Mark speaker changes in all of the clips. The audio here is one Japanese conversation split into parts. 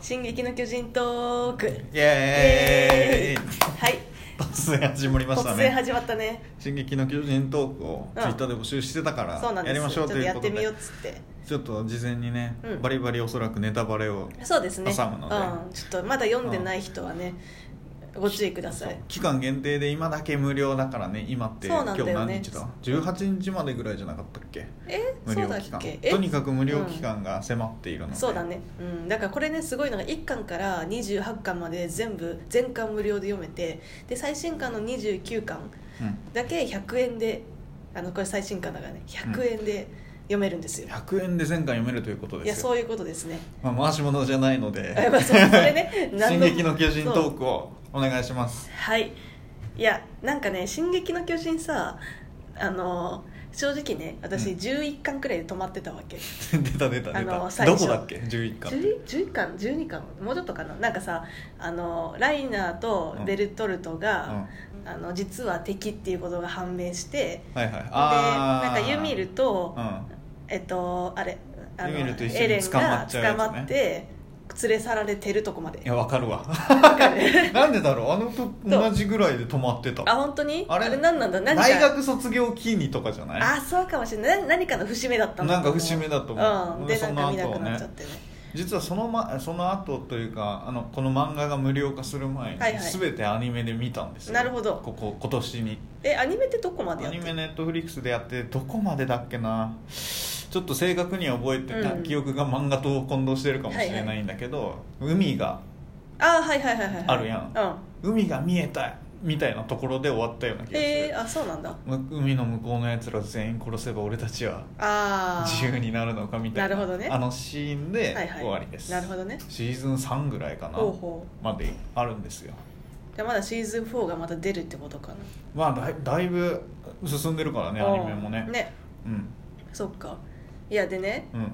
Speaker 1: 進撃の巨人トーク
Speaker 2: イエーイ
Speaker 1: はい
Speaker 2: 突然始まりました
Speaker 1: 突然
Speaker 2: ね
Speaker 1: 始まったね
Speaker 2: 進撃の巨人トークを
Speaker 1: う
Speaker 2: ツ
Speaker 1: ん
Speaker 2: イッターで募集してたか
Speaker 1: そうなんで
Speaker 2: ら
Speaker 1: す
Speaker 2: やりましょう
Speaker 1: ち
Speaker 2: と
Speaker 1: ょっと
Speaker 2: い
Speaker 1: や
Speaker 2: う
Speaker 1: っ
Speaker 2: こ
Speaker 1: て
Speaker 2: と
Speaker 1: みよう
Speaker 2: で
Speaker 1: っつって
Speaker 2: ちょっと事前にね
Speaker 1: うん
Speaker 2: バリバリおそらくネタバレを
Speaker 1: そうですね
Speaker 2: 挟むので
Speaker 1: うん、ちょっとまだ読んでない人はね、ご注意ください
Speaker 2: 期間限定で今だけ無料だからね今って
Speaker 1: そう
Speaker 2: 今
Speaker 1: なん
Speaker 2: 日
Speaker 1: だよね
Speaker 2: 何日だ18日までぐらいじゃなかったっけ
Speaker 1: え
Speaker 2: 無
Speaker 1: そ
Speaker 2: 料
Speaker 1: うだっ
Speaker 2: 期間
Speaker 1: けえ
Speaker 2: とにかく無料期間が迫っているので
Speaker 1: そうだね、うん、だからこれねすごいのが1巻から28巻まで全部全巻無料で読めてで最新巻の29巻
Speaker 2: うん
Speaker 1: だけ100円であのこれ最新巻だからね100円で読めるんですよ、
Speaker 2: 100円で全巻読めるということ
Speaker 1: いや
Speaker 2: ですよ
Speaker 1: そういうことですね
Speaker 2: まあ回し物じゃないの
Speaker 1: あまあ
Speaker 2: で
Speaker 1: そうそれ ね何
Speaker 2: 進撃の巨人
Speaker 1: そう
Speaker 2: トークをお願いします
Speaker 1: はいいやなんかね「進撃の巨人さ」あの正直ね私
Speaker 2: うん
Speaker 1: 11巻くらいで止まってたわけ、
Speaker 2: 出た出た
Speaker 1: あ
Speaker 2: 出
Speaker 1: の
Speaker 2: た
Speaker 1: 最
Speaker 2: ど
Speaker 1: 初
Speaker 2: こだっけ11巻って
Speaker 1: 11, 11巻12巻もうちょっとかななんかさあのライナーとベルトルトが、あの実は敵っていうことが判明して
Speaker 2: はいはい
Speaker 1: で
Speaker 2: あ
Speaker 1: なん
Speaker 2: ー
Speaker 1: かユミルと、
Speaker 2: う
Speaker 1: えっとあれあ
Speaker 2: ユミルと一緒に
Speaker 1: エレン
Speaker 2: 捕ま
Speaker 1: が
Speaker 2: っちゃうや
Speaker 1: 捕
Speaker 2: つね
Speaker 1: まって連れ去られてるとこまで
Speaker 2: んいやわかるわ
Speaker 1: わかる
Speaker 2: なんでだろうあのと同じぐらいで止まってた
Speaker 1: あ本当にあ
Speaker 2: あ
Speaker 1: れ
Speaker 2: れ
Speaker 1: 何なんだ何か
Speaker 2: 大学卒業期にとかじゃない
Speaker 1: あそうかもしれないな何かの節目だったんだ
Speaker 2: なんか節目だと思う
Speaker 1: うん、で
Speaker 2: そ
Speaker 1: なんん
Speaker 2: な
Speaker 1: か見な
Speaker 2: 後は
Speaker 1: く
Speaker 2: ね
Speaker 1: なっちゃってね
Speaker 2: 実はその,、ま、その後というかあのこの漫画が無料化する前に、
Speaker 1: はいはい
Speaker 2: 全てアニメで見たんですよ
Speaker 1: なるほど
Speaker 2: ここ今年に
Speaker 1: えアニメってどこまでや
Speaker 2: ア
Speaker 1: って
Speaker 2: ニ
Speaker 1: る
Speaker 2: メネットフリックスでやってどこまでだっけなちょっと正確には覚えてない、
Speaker 1: うん
Speaker 2: 記憶が漫画と混同してるかもしれないんだけど、海が
Speaker 1: ああはいはいはいはい
Speaker 2: あるやん
Speaker 1: う
Speaker 2: 海が見えたみたいなところで終わったような気
Speaker 1: ん
Speaker 2: がする、
Speaker 1: へえあそうなんだ
Speaker 2: む海の向こうのやつら全員殺せば俺たちは
Speaker 1: ああ
Speaker 2: 自由になるのかみたいな
Speaker 1: なるほどね
Speaker 2: あのシーンで
Speaker 1: はいはい
Speaker 2: 終わりです、
Speaker 1: なるほどね
Speaker 2: シーズン3ぐらいかな
Speaker 1: ほうほ
Speaker 2: まであるんですよ
Speaker 1: うじゃあまだシーズン4がまた出るってことかな
Speaker 2: まあだいだいぶ進んでるからねアニメもね
Speaker 1: うんね
Speaker 2: うん
Speaker 1: そっかいやでね
Speaker 2: うん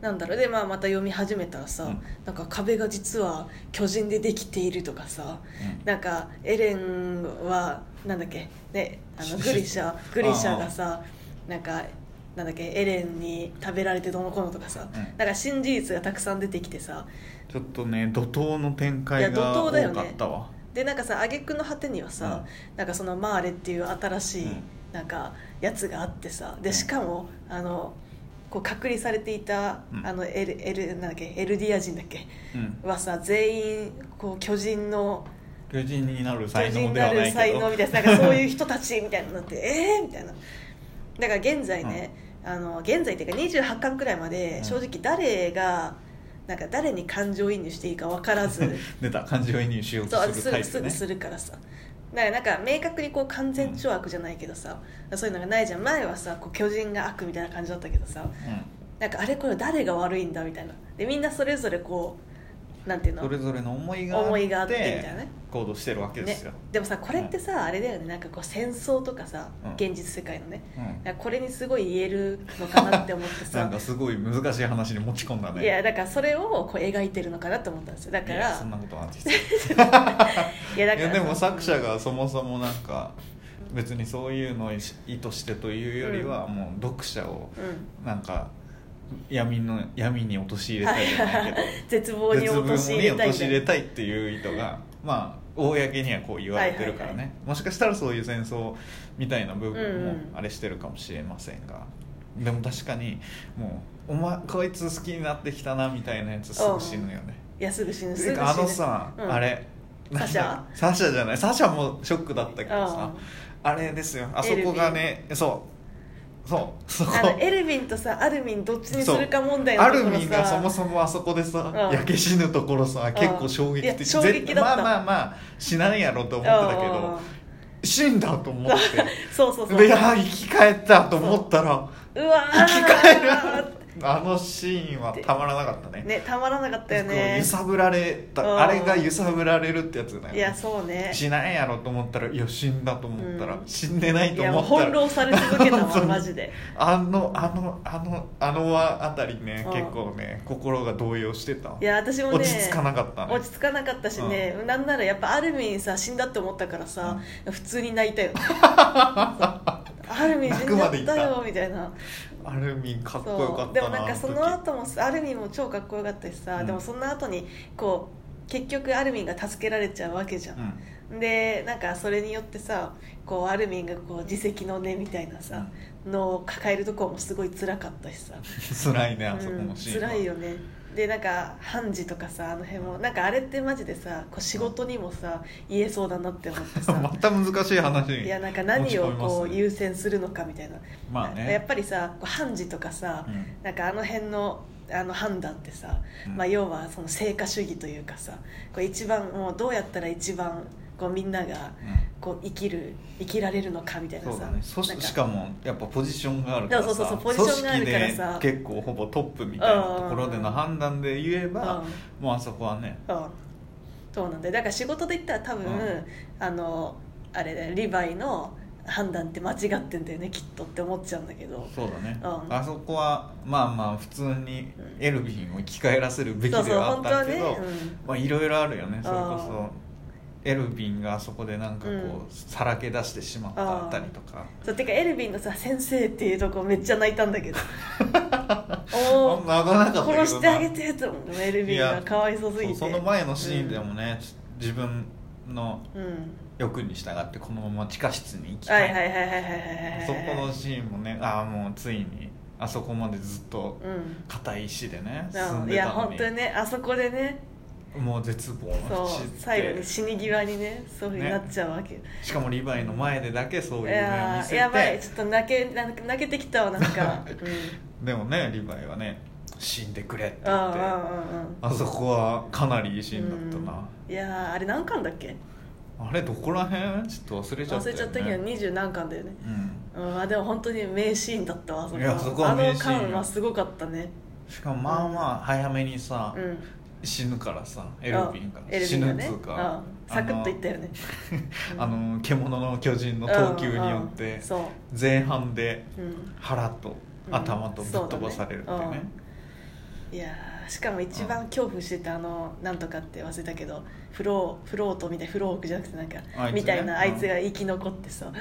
Speaker 1: なんだろうで、まあ、また読み始めたらさ、
Speaker 2: うん
Speaker 1: なんか壁が実は巨人でできているとかさなんかエレンはなんだっけねあのグリシャグリシャがさなんかなんだっけエレンに食べられてどうのこうのとかさ、
Speaker 2: うん
Speaker 1: なんか新事実がたくさん出てきてさ
Speaker 2: ちょっとね怒涛の展開
Speaker 1: いや
Speaker 2: が
Speaker 1: 怒
Speaker 2: 多
Speaker 1: 涛だよね
Speaker 2: かったわ、
Speaker 1: でなんかさ挙句の果てにはさ、なんかそのマーレっていう新しい、
Speaker 2: うん
Speaker 1: なんかやつがあってさでしかもあのこう隔離されていた、
Speaker 2: うん
Speaker 1: あのエルエルなんだっけエルディア人だっけ
Speaker 2: うん、
Speaker 1: はさ全員こう巨人の
Speaker 2: 巨人になる
Speaker 1: 巨
Speaker 2: 才
Speaker 1: 人
Speaker 2: 能
Speaker 1: に
Speaker 2: で
Speaker 1: な
Speaker 2: は な
Speaker 1: る
Speaker 2: い
Speaker 1: 才
Speaker 2: けど
Speaker 1: 能みたいななんかそういう人たちみたいになって えーみたいなだから現在ね、あの現在っていうか28巻くらいま
Speaker 2: う
Speaker 1: で
Speaker 2: ん
Speaker 1: 正直誰がなんか誰に感情移入していいか分からず
Speaker 2: 出た感情移入しよう
Speaker 1: そう
Speaker 2: と
Speaker 1: す
Speaker 2: するタ
Speaker 1: ぐ
Speaker 2: イ
Speaker 1: す
Speaker 2: プ
Speaker 1: ぐ
Speaker 2: ね
Speaker 1: するからさだからなんか明確にこう完全懲悪じゃないけどさ、そういうのがないじゃん前はさこう巨人が悪みたいな感じだったけどさなんかあれこれ誰が悪いんだみたいなでみんなそれぞれこうなんていう
Speaker 2: うん、
Speaker 1: の
Speaker 2: それぞれの思いがあって
Speaker 1: 思いがあってみたいなね
Speaker 2: 行動してるわけですよ、
Speaker 1: ね、でもさこれってさ、あれだよねなんかこう戦争とかさ、
Speaker 2: うん
Speaker 1: 現実世界のね
Speaker 2: うん
Speaker 1: なんかこれにすごい言えるのかなって思って
Speaker 2: な
Speaker 1: さ
Speaker 2: んかすごい難しい話に持ち込んだね
Speaker 1: いやだからそれをこう描いてるのかなって思ったんですよだか
Speaker 2: い
Speaker 1: ら
Speaker 2: やそんなことなんて言って
Speaker 1: いやだ
Speaker 2: い
Speaker 1: から
Speaker 2: やでも作者がそもそもなんか別にそういうのを意図してというよりはもう読者を
Speaker 1: うん
Speaker 2: なんか闇の闇に陥れたいじゃない け
Speaker 1: 絶
Speaker 2: ど
Speaker 1: 望に
Speaker 2: 絶
Speaker 1: 陥
Speaker 2: 望
Speaker 1: れ
Speaker 2: に
Speaker 1: たい
Speaker 2: 陥れ
Speaker 1: み
Speaker 2: たいっていう意図がまあ公にはこう言われてるからね、
Speaker 1: はいは
Speaker 2: もしかしたらそういう戦争みたいな部分
Speaker 1: うん
Speaker 2: も
Speaker 1: うん
Speaker 2: あれしてるかもしれませんが、でも確かにもうお前こいつ好きになってきたなみたいなやつすぐ死ぬよね、
Speaker 1: いやすぐ死ぬす
Speaker 2: て
Speaker 1: ぐ死
Speaker 2: か
Speaker 1: ぬ
Speaker 2: あのさ、
Speaker 1: うん
Speaker 2: あれ
Speaker 1: サシャ
Speaker 2: サシャじゃないサシャもショックだったけどさ、
Speaker 1: う
Speaker 2: あれですよあそこがねそうそうそ
Speaker 1: ん
Speaker 2: こ
Speaker 1: あのエルヴィンとさアルミンどっちにするか問題の
Speaker 2: ア
Speaker 1: ところ
Speaker 2: ル
Speaker 1: さ
Speaker 2: ミンがそもそもあそこでさ、
Speaker 1: うん
Speaker 2: 焼け死ぬところさ、
Speaker 1: ん
Speaker 2: 結構衝撃
Speaker 1: いや
Speaker 2: 的
Speaker 1: 衝撃だった
Speaker 2: ぜまあまあまあ死なんやろと思ってたけ
Speaker 1: うんうんう
Speaker 2: ど
Speaker 1: ん
Speaker 2: 死んだと思って
Speaker 1: そう そうそう
Speaker 2: でいや生き返ったと思った
Speaker 1: う
Speaker 2: ら
Speaker 1: わー
Speaker 2: 生き返るあのシーンはたまらなかった ね
Speaker 1: ねたまらなかったよ
Speaker 2: こう
Speaker 1: ね
Speaker 2: 揺さぶられた、
Speaker 1: うん
Speaker 2: あれが揺さぶられるってやつだよ
Speaker 1: いやそうね
Speaker 2: 死なんやろと思ったらいや死んだと思ったら、
Speaker 1: うん
Speaker 2: 死んでない
Speaker 1: い
Speaker 2: と
Speaker 1: やもう
Speaker 2: 思った
Speaker 1: 翻
Speaker 2: ら
Speaker 1: 弄され続けた
Speaker 2: そ
Speaker 1: わ
Speaker 2: う
Speaker 1: マジで
Speaker 2: あのあのあのあの輪あたりね、
Speaker 1: うん
Speaker 2: 結構ね心が動揺してた
Speaker 1: いや私もね
Speaker 2: 落ち着かなかったね
Speaker 1: 落ち着かなかったしね、なんなら やっぱアルミンさ死んだって思ったからさ、普通に泣いたよねそうあアルミ死んじゃった
Speaker 2: 泣くまで行
Speaker 1: よ
Speaker 2: っ
Speaker 1: みたいな
Speaker 2: アルミンかっこよかったな
Speaker 1: でもなんかその
Speaker 2: あ時
Speaker 1: 後もアルミンも超かっこよかったしさ、
Speaker 2: うん
Speaker 1: でもその後にこう結局アルミンが助けられちゃうわけじゃ、
Speaker 2: うんん
Speaker 1: でなんかそれによってさこうアルミンがこう自責の根みたいなさ、のを抱えるとこもすごい辛かったしさ
Speaker 2: 辛いねあそこ
Speaker 1: うん、
Speaker 2: のシーンは
Speaker 1: 辛いよねでなんか判事とかさあの辺もなんかあれってマジでさこう仕事にもさ言えそうだなって思って
Speaker 2: ま
Speaker 1: さ
Speaker 2: た難しい話に
Speaker 1: いやなんか何をこう
Speaker 2: う
Speaker 1: 優先するのかみたいな、
Speaker 2: まあね
Speaker 1: やっぱりさこう判事とかさ、
Speaker 2: うん
Speaker 1: なんかあの辺のあの判断ってさ、
Speaker 2: うん
Speaker 1: まあ、要はその成果主義というかさこう一番もうどうやったら一番こうみんなが
Speaker 2: う
Speaker 1: こう生きる生きられるのかみたい
Speaker 2: ん
Speaker 1: な
Speaker 2: そう
Speaker 1: さ
Speaker 2: だねそし
Speaker 1: なん
Speaker 2: しかもやっぱポジションがあるからさ
Speaker 1: そうそうそうそうポジションがあるからさ
Speaker 2: 組織で結構ほぼトップみたいなところでの判断で言え
Speaker 1: う
Speaker 2: ば
Speaker 1: ん
Speaker 2: もうあそこはね
Speaker 1: うんそうなんだよだから仕事で言ったら多分、
Speaker 2: うん
Speaker 1: あのあれだよリヴァイの判断って間違ってんだよねきっとって思っちゃうんだけど
Speaker 2: そうだね、
Speaker 1: うん
Speaker 2: あそこはまあまあ普通にエルヴィンを生き返らせるべきではあったけど
Speaker 1: そうそう本当はねうん
Speaker 2: まあいろいろあるよねそれこ
Speaker 1: う
Speaker 2: そエルヴィンがあそこでなんかこう、
Speaker 1: うん
Speaker 2: さらけ出してしまったあたりとか
Speaker 1: そうてかエルヴィンのさ「先生」っていうとこめっちゃ泣いたんだけ どお
Speaker 2: あ
Speaker 1: お
Speaker 2: んまなかったけどな
Speaker 1: 殺してあげてと思うエルヴィンがかわいそうすぎて
Speaker 2: そうその前のシーンでもね、ち自分の
Speaker 1: うん、うん
Speaker 2: 欲に従ってこのまま地下室に行き
Speaker 1: は
Speaker 2: た
Speaker 1: い
Speaker 2: い、
Speaker 1: はいはいはいはいはいはい
Speaker 2: そこのシーンもねああもうついにあそこまでずっと
Speaker 1: うん
Speaker 2: 硬い石でね、進
Speaker 1: うんん、い
Speaker 2: で
Speaker 1: や
Speaker 2: たの
Speaker 1: 本
Speaker 2: に
Speaker 1: 当にねあそこでね
Speaker 2: もう絶望
Speaker 1: そ
Speaker 2: の
Speaker 1: う
Speaker 2: 淵って
Speaker 1: 最後に死に際にねそういうふうになっちゃうわけ、
Speaker 2: しかもリヴァイの前でだけそういう
Speaker 1: い
Speaker 2: 目を見
Speaker 1: や
Speaker 2: せ
Speaker 1: ー
Speaker 2: て
Speaker 1: やばいちょっと泣けなんか泣けてきたわなんか、 うん、
Speaker 2: でもねリヴァイはね死んでくれって
Speaker 1: う
Speaker 2: 言
Speaker 1: ん
Speaker 2: っ
Speaker 1: う
Speaker 2: て
Speaker 1: ん
Speaker 2: あ
Speaker 1: うんうん
Speaker 2: そこはかなりいいシーンだったな、
Speaker 1: うんいやーあれ何巻だっけ
Speaker 2: あれどこら辺ちょっと忘れちゃ
Speaker 1: 忘
Speaker 2: った
Speaker 1: れ
Speaker 2: よ、ね、
Speaker 1: ちゃったけど二十何巻だよね
Speaker 2: うん
Speaker 1: うんまあでも本当に名シーンだったわ
Speaker 2: いやそこは名シーンよ
Speaker 1: あの巻はすごかったね
Speaker 2: しかもまあまあ早めにさ、
Speaker 1: うん
Speaker 2: 死ぬからさエルヴィンが
Speaker 1: うんエルヴ
Speaker 2: 死
Speaker 1: ィン
Speaker 2: ぬ
Speaker 1: が
Speaker 2: っ
Speaker 1: ね
Speaker 2: つうか、
Speaker 1: うん、サクッといったよね
Speaker 2: あのあの獣の巨人の投球によっ
Speaker 1: うんうんう
Speaker 2: て
Speaker 1: んそ
Speaker 2: 前半で
Speaker 1: う、うん、
Speaker 2: 腹と頭とぶっ飛ばされるってね,、
Speaker 1: うんそうだねいやーしかも一番恐怖してたあのなんとかって忘れたけどフローフロートみたいなフロークじゃなくてなんか、
Speaker 2: あいつね
Speaker 1: みたいなあいつが
Speaker 2: う
Speaker 1: 生き残ってさ、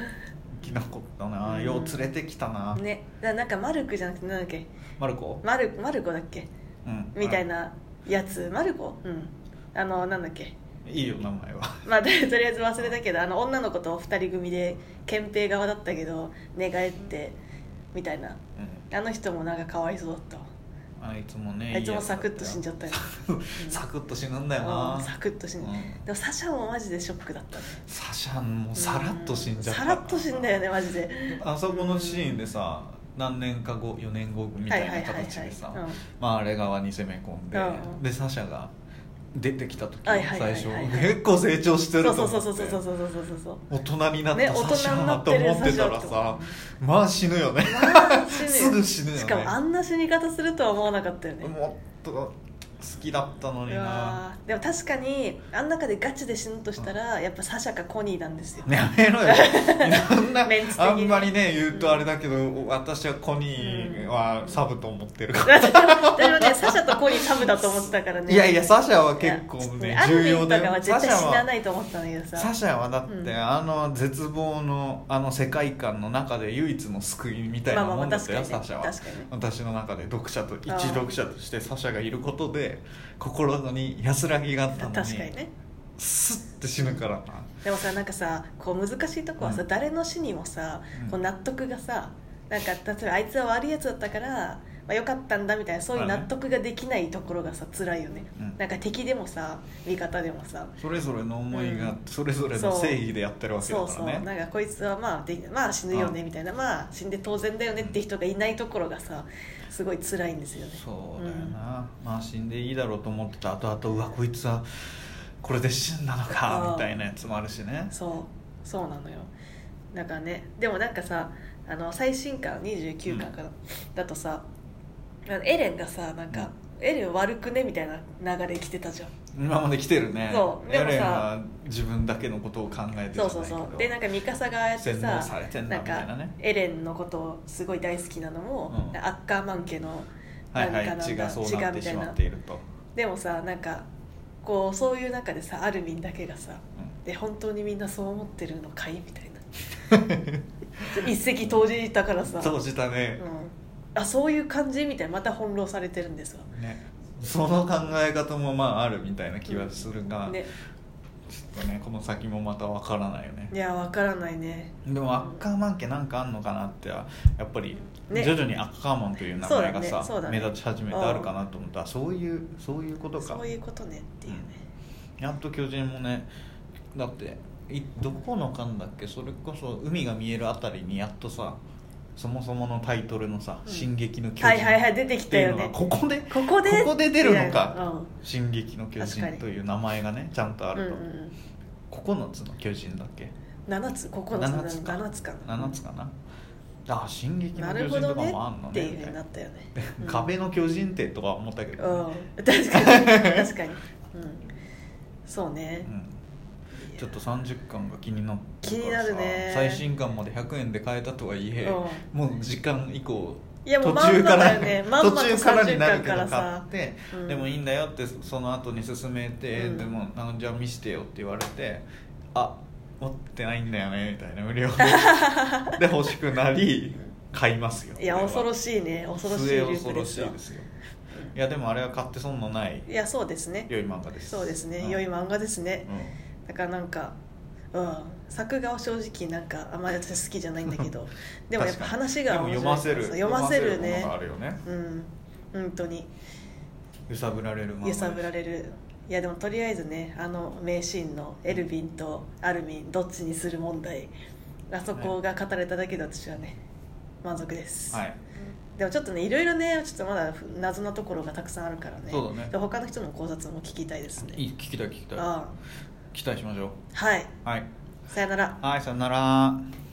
Speaker 2: 生き残ったな、
Speaker 1: うん
Speaker 2: よう連れてきたな、
Speaker 1: ねだからなんかマルクじゃなくてなんだっけ
Speaker 2: マルコ、
Speaker 1: マルマルコだっけ
Speaker 2: うん
Speaker 1: みたいなやつマルコうんあのなんだっけ
Speaker 2: いいよ名 前は
Speaker 1: まあとりとりあえず忘れたけどあの女の子と二人組で憲兵側だったけど寝返ってみたいな
Speaker 2: うん
Speaker 1: あの人もなんかかわいそうだったわ
Speaker 2: あいつもね
Speaker 1: あいつもサクッと死んじゃ
Speaker 2: っ
Speaker 1: ったよ
Speaker 2: たよサクッと死ぬんだよな、
Speaker 1: うんサクッと死んだ、
Speaker 2: うん
Speaker 1: でもサシャもマジでショックだったね
Speaker 2: サシャンもさらっと死んじゃった、
Speaker 1: さらっと死んだよねマジで
Speaker 2: あそこのシーンでさ何年か後4年後みたいな形でさまああれ側に攻め込んで、
Speaker 1: うん
Speaker 2: でサシャが出てきた時
Speaker 1: はいはいはい
Speaker 2: 最
Speaker 1: はい
Speaker 2: 初結構成長して
Speaker 1: そう
Speaker 2: ると
Speaker 1: そ
Speaker 2: 思
Speaker 1: う
Speaker 2: って
Speaker 1: そうそうそうそうそうそうそうそう
Speaker 2: 大人になっ
Speaker 1: ね
Speaker 2: た
Speaker 1: 大人
Speaker 2: サシャ
Speaker 1: にな
Speaker 2: だ
Speaker 1: っ
Speaker 2: と
Speaker 1: てる
Speaker 2: 思ってたら
Speaker 1: サシャ
Speaker 2: さまあ死ぬよねすぐ死ぬよね
Speaker 1: しかもあんな死に方するとは思わなかったよね
Speaker 2: もっと好きだったのに
Speaker 1: う
Speaker 2: な
Speaker 1: わーでも確かにあん中でガチで死ぬとしたらやっぱサシャかコニーなんですよ、
Speaker 2: やめろよそんな
Speaker 1: メンツ的に
Speaker 2: あんまりね言うとあれだけど、私はコニーはサブと思ってるから
Speaker 1: でもねサシャとコニーサブだと思ってたからね
Speaker 2: いやいやサシャは
Speaker 1: や
Speaker 2: 結構
Speaker 1: ちょっと
Speaker 2: ね
Speaker 1: アル
Speaker 2: 重
Speaker 1: ビン
Speaker 2: 要
Speaker 1: と
Speaker 2: だ
Speaker 1: かは
Speaker 2: よ
Speaker 1: 絶
Speaker 2: サシ
Speaker 1: 対
Speaker 2: ャ
Speaker 1: 死な
Speaker 2: は
Speaker 1: ないと思ったんだけどさ
Speaker 2: サシャはだって、
Speaker 1: うん
Speaker 2: あの絶望のあの世界観の中で唯一の救いみたいな
Speaker 1: まあまあ
Speaker 2: もんだったよ、
Speaker 1: まあ確かにね
Speaker 2: サシャは
Speaker 1: 確かにね
Speaker 2: 私の中で読者と一
Speaker 1: あー
Speaker 2: 読者としてサシャがいることで心に安らぎがあったのに
Speaker 1: 確かにね
Speaker 2: スッて死ぬからな
Speaker 1: でもさなんかさこう難しいとこはさ、
Speaker 2: うん
Speaker 1: 誰の死にもさ
Speaker 2: うん
Speaker 1: こう納得がさなんか例えばあいつは悪いやつだったから、まあ、よかったんだみたいなそういう
Speaker 2: まあ
Speaker 1: 納
Speaker 2: ね
Speaker 1: 得ができないところがさ辛いよね、
Speaker 2: うん
Speaker 1: なんか敵でもさ味方でもさ
Speaker 2: それぞれの思いうが
Speaker 1: ん
Speaker 2: それぞれの
Speaker 1: そう
Speaker 2: 正義でやってるわけだ
Speaker 1: そう
Speaker 2: か
Speaker 1: そう
Speaker 2: ら
Speaker 1: な
Speaker 2: ね
Speaker 1: んかこいつはまあでまあ死ぬよね
Speaker 2: うん
Speaker 1: みたいなまあ死んで当然だよねって人がいないところがさすごい辛いんですよね
Speaker 2: そうだよな、まあ死んでいいだろうと思ってた後々うわこいつはこれで死んだの
Speaker 1: あ
Speaker 2: か
Speaker 1: ー
Speaker 2: みたいなやつもあるしね
Speaker 1: そうそうなのよだからねでもなんかさあの最新刊29巻かな、だとさあのエレンがさなんか、エレン悪くねみたいな流れ来てたじゃん
Speaker 2: 今まで来てるね
Speaker 1: そうで
Speaker 2: エ
Speaker 1: もさ
Speaker 2: レンは自分だけのことを考えてじゃ
Speaker 1: そ
Speaker 2: な
Speaker 1: う
Speaker 2: いけ
Speaker 1: そ
Speaker 2: ど
Speaker 1: うそうでなんかミカサがああやって
Speaker 2: 洗脳さ
Speaker 1: さ
Speaker 2: れてんだ
Speaker 1: なん
Speaker 2: みたいな
Speaker 1: か
Speaker 2: ね
Speaker 1: エレンのことをすごい大好きなのも、
Speaker 2: うん
Speaker 1: アッカーマン家の
Speaker 2: はいは
Speaker 1: なん
Speaker 2: い
Speaker 1: か
Speaker 2: 血がそうなってしまっていると、うん
Speaker 1: でもさなんかこうそういう中で さアルミンだけがさで本当にみんなそう思ってるのかいみたいな一石投じたからさ、
Speaker 2: 投じた
Speaker 1: うん
Speaker 2: ね、、
Speaker 1: あそういう感じみたいなまた翻弄されてるんですわ
Speaker 2: ねその考え方もまああるみたいな気はするが、
Speaker 1: ね
Speaker 2: ちょっとねこの先もまたわからないよね
Speaker 1: いやわからないね
Speaker 2: でもアッカーマン家なんかあんのかなってやっぱり
Speaker 1: ね
Speaker 2: 徐々にアッカーマンという名前
Speaker 1: そうだ
Speaker 2: がさ、
Speaker 1: ねそうだね
Speaker 2: 目立ち始めてあるかなと思ったらそういうそういうことか
Speaker 1: そういうことねっていうね、
Speaker 2: やっと巨人もねだっていどこの間だっけそれこそ海が見えるあたりにやっとさそもそものタイトルのさ「
Speaker 1: うん
Speaker 2: 進撃の巨人」
Speaker 1: はいはいはい出てきたよ
Speaker 2: っ
Speaker 1: ね
Speaker 2: ていうのがここで
Speaker 1: ここで
Speaker 2: ここで出るの
Speaker 1: みたいな
Speaker 2: か
Speaker 1: うん
Speaker 2: 「進撃の巨
Speaker 1: 確か
Speaker 2: 人」
Speaker 1: に
Speaker 2: という名前がねちゃんとあると、
Speaker 1: うんうんうん
Speaker 2: 9つの巨人だっけ
Speaker 1: 7つ9つ
Speaker 2: 7つか
Speaker 1: 7つかな
Speaker 2: 7つかなああ進撃
Speaker 1: な
Speaker 2: の
Speaker 1: る
Speaker 2: 巨
Speaker 1: ほ
Speaker 2: 人」
Speaker 1: ど
Speaker 2: とか
Speaker 1: ね
Speaker 2: もあんの
Speaker 1: っ
Speaker 2: ね
Speaker 1: ていう
Speaker 2: み
Speaker 1: ふう
Speaker 2: たい
Speaker 1: に
Speaker 2: な
Speaker 1: なったよね、うん
Speaker 2: 壁の巨人ってとか思ったけ
Speaker 1: う
Speaker 2: どね、
Speaker 1: ん確かに確かに、うん、そうね
Speaker 2: う、んちょっと30巻が気になって
Speaker 1: 気になるね
Speaker 2: 最新巻まで100円で買えたとはいえ、
Speaker 1: う
Speaker 2: もう時間以降
Speaker 1: いやもう
Speaker 2: 途中
Speaker 1: まんま
Speaker 2: か
Speaker 1: だ
Speaker 2: ら、
Speaker 1: よねまんま
Speaker 2: 途
Speaker 1: と
Speaker 2: 中からになるけ
Speaker 1: 30巻か
Speaker 2: ど
Speaker 1: ら
Speaker 2: 買
Speaker 1: さ
Speaker 2: って、
Speaker 1: うん
Speaker 2: でもいいんだよってその後に勧めて、
Speaker 1: うん
Speaker 2: でもあのじゃあ見してよって言われてあ持ってないんだよねみたいな無料 でで欲しくなり買いますよ
Speaker 1: いや恐ろ
Speaker 2: しい
Speaker 1: しいね恐ろしい
Speaker 2: 末
Speaker 1: ルー
Speaker 2: 恐
Speaker 1: プ
Speaker 2: ろ
Speaker 1: で
Speaker 2: し
Speaker 1: す
Speaker 2: い
Speaker 1: わ
Speaker 2: ですよいやでもあれは買って損のない
Speaker 1: いやそうですね
Speaker 2: 良い漫画です
Speaker 1: そうですね、
Speaker 2: ん
Speaker 1: 良い漫画ですね、
Speaker 2: うん
Speaker 1: だからなんかうん作画は正直なんかあんまり私好きじゃないんだけどでもやっぱ
Speaker 2: 確かに
Speaker 1: 話が面白い
Speaker 2: でも読ませる
Speaker 1: そう読ませる
Speaker 2: 読ま
Speaker 1: ね
Speaker 2: せものがあるよね
Speaker 1: うん本当に
Speaker 2: 揺さぶられる漫画
Speaker 1: 揺さぶら
Speaker 2: れ
Speaker 1: れるいやでもとりあえずねあの名シーンのエルヴィンとアルミンどっちにする問題あそこが語れただけで私はね満足です、
Speaker 2: はい
Speaker 1: でもちょっとねいろいろねちょっとまだ謎なところがたくさんあるからね
Speaker 2: そうだね
Speaker 1: で他の人の考察も聞きたいですね
Speaker 2: いい聞きたい聞きたい
Speaker 1: ああ
Speaker 2: 期待しましょう
Speaker 1: はい
Speaker 2: はい
Speaker 1: さよなら
Speaker 2: はいさよなら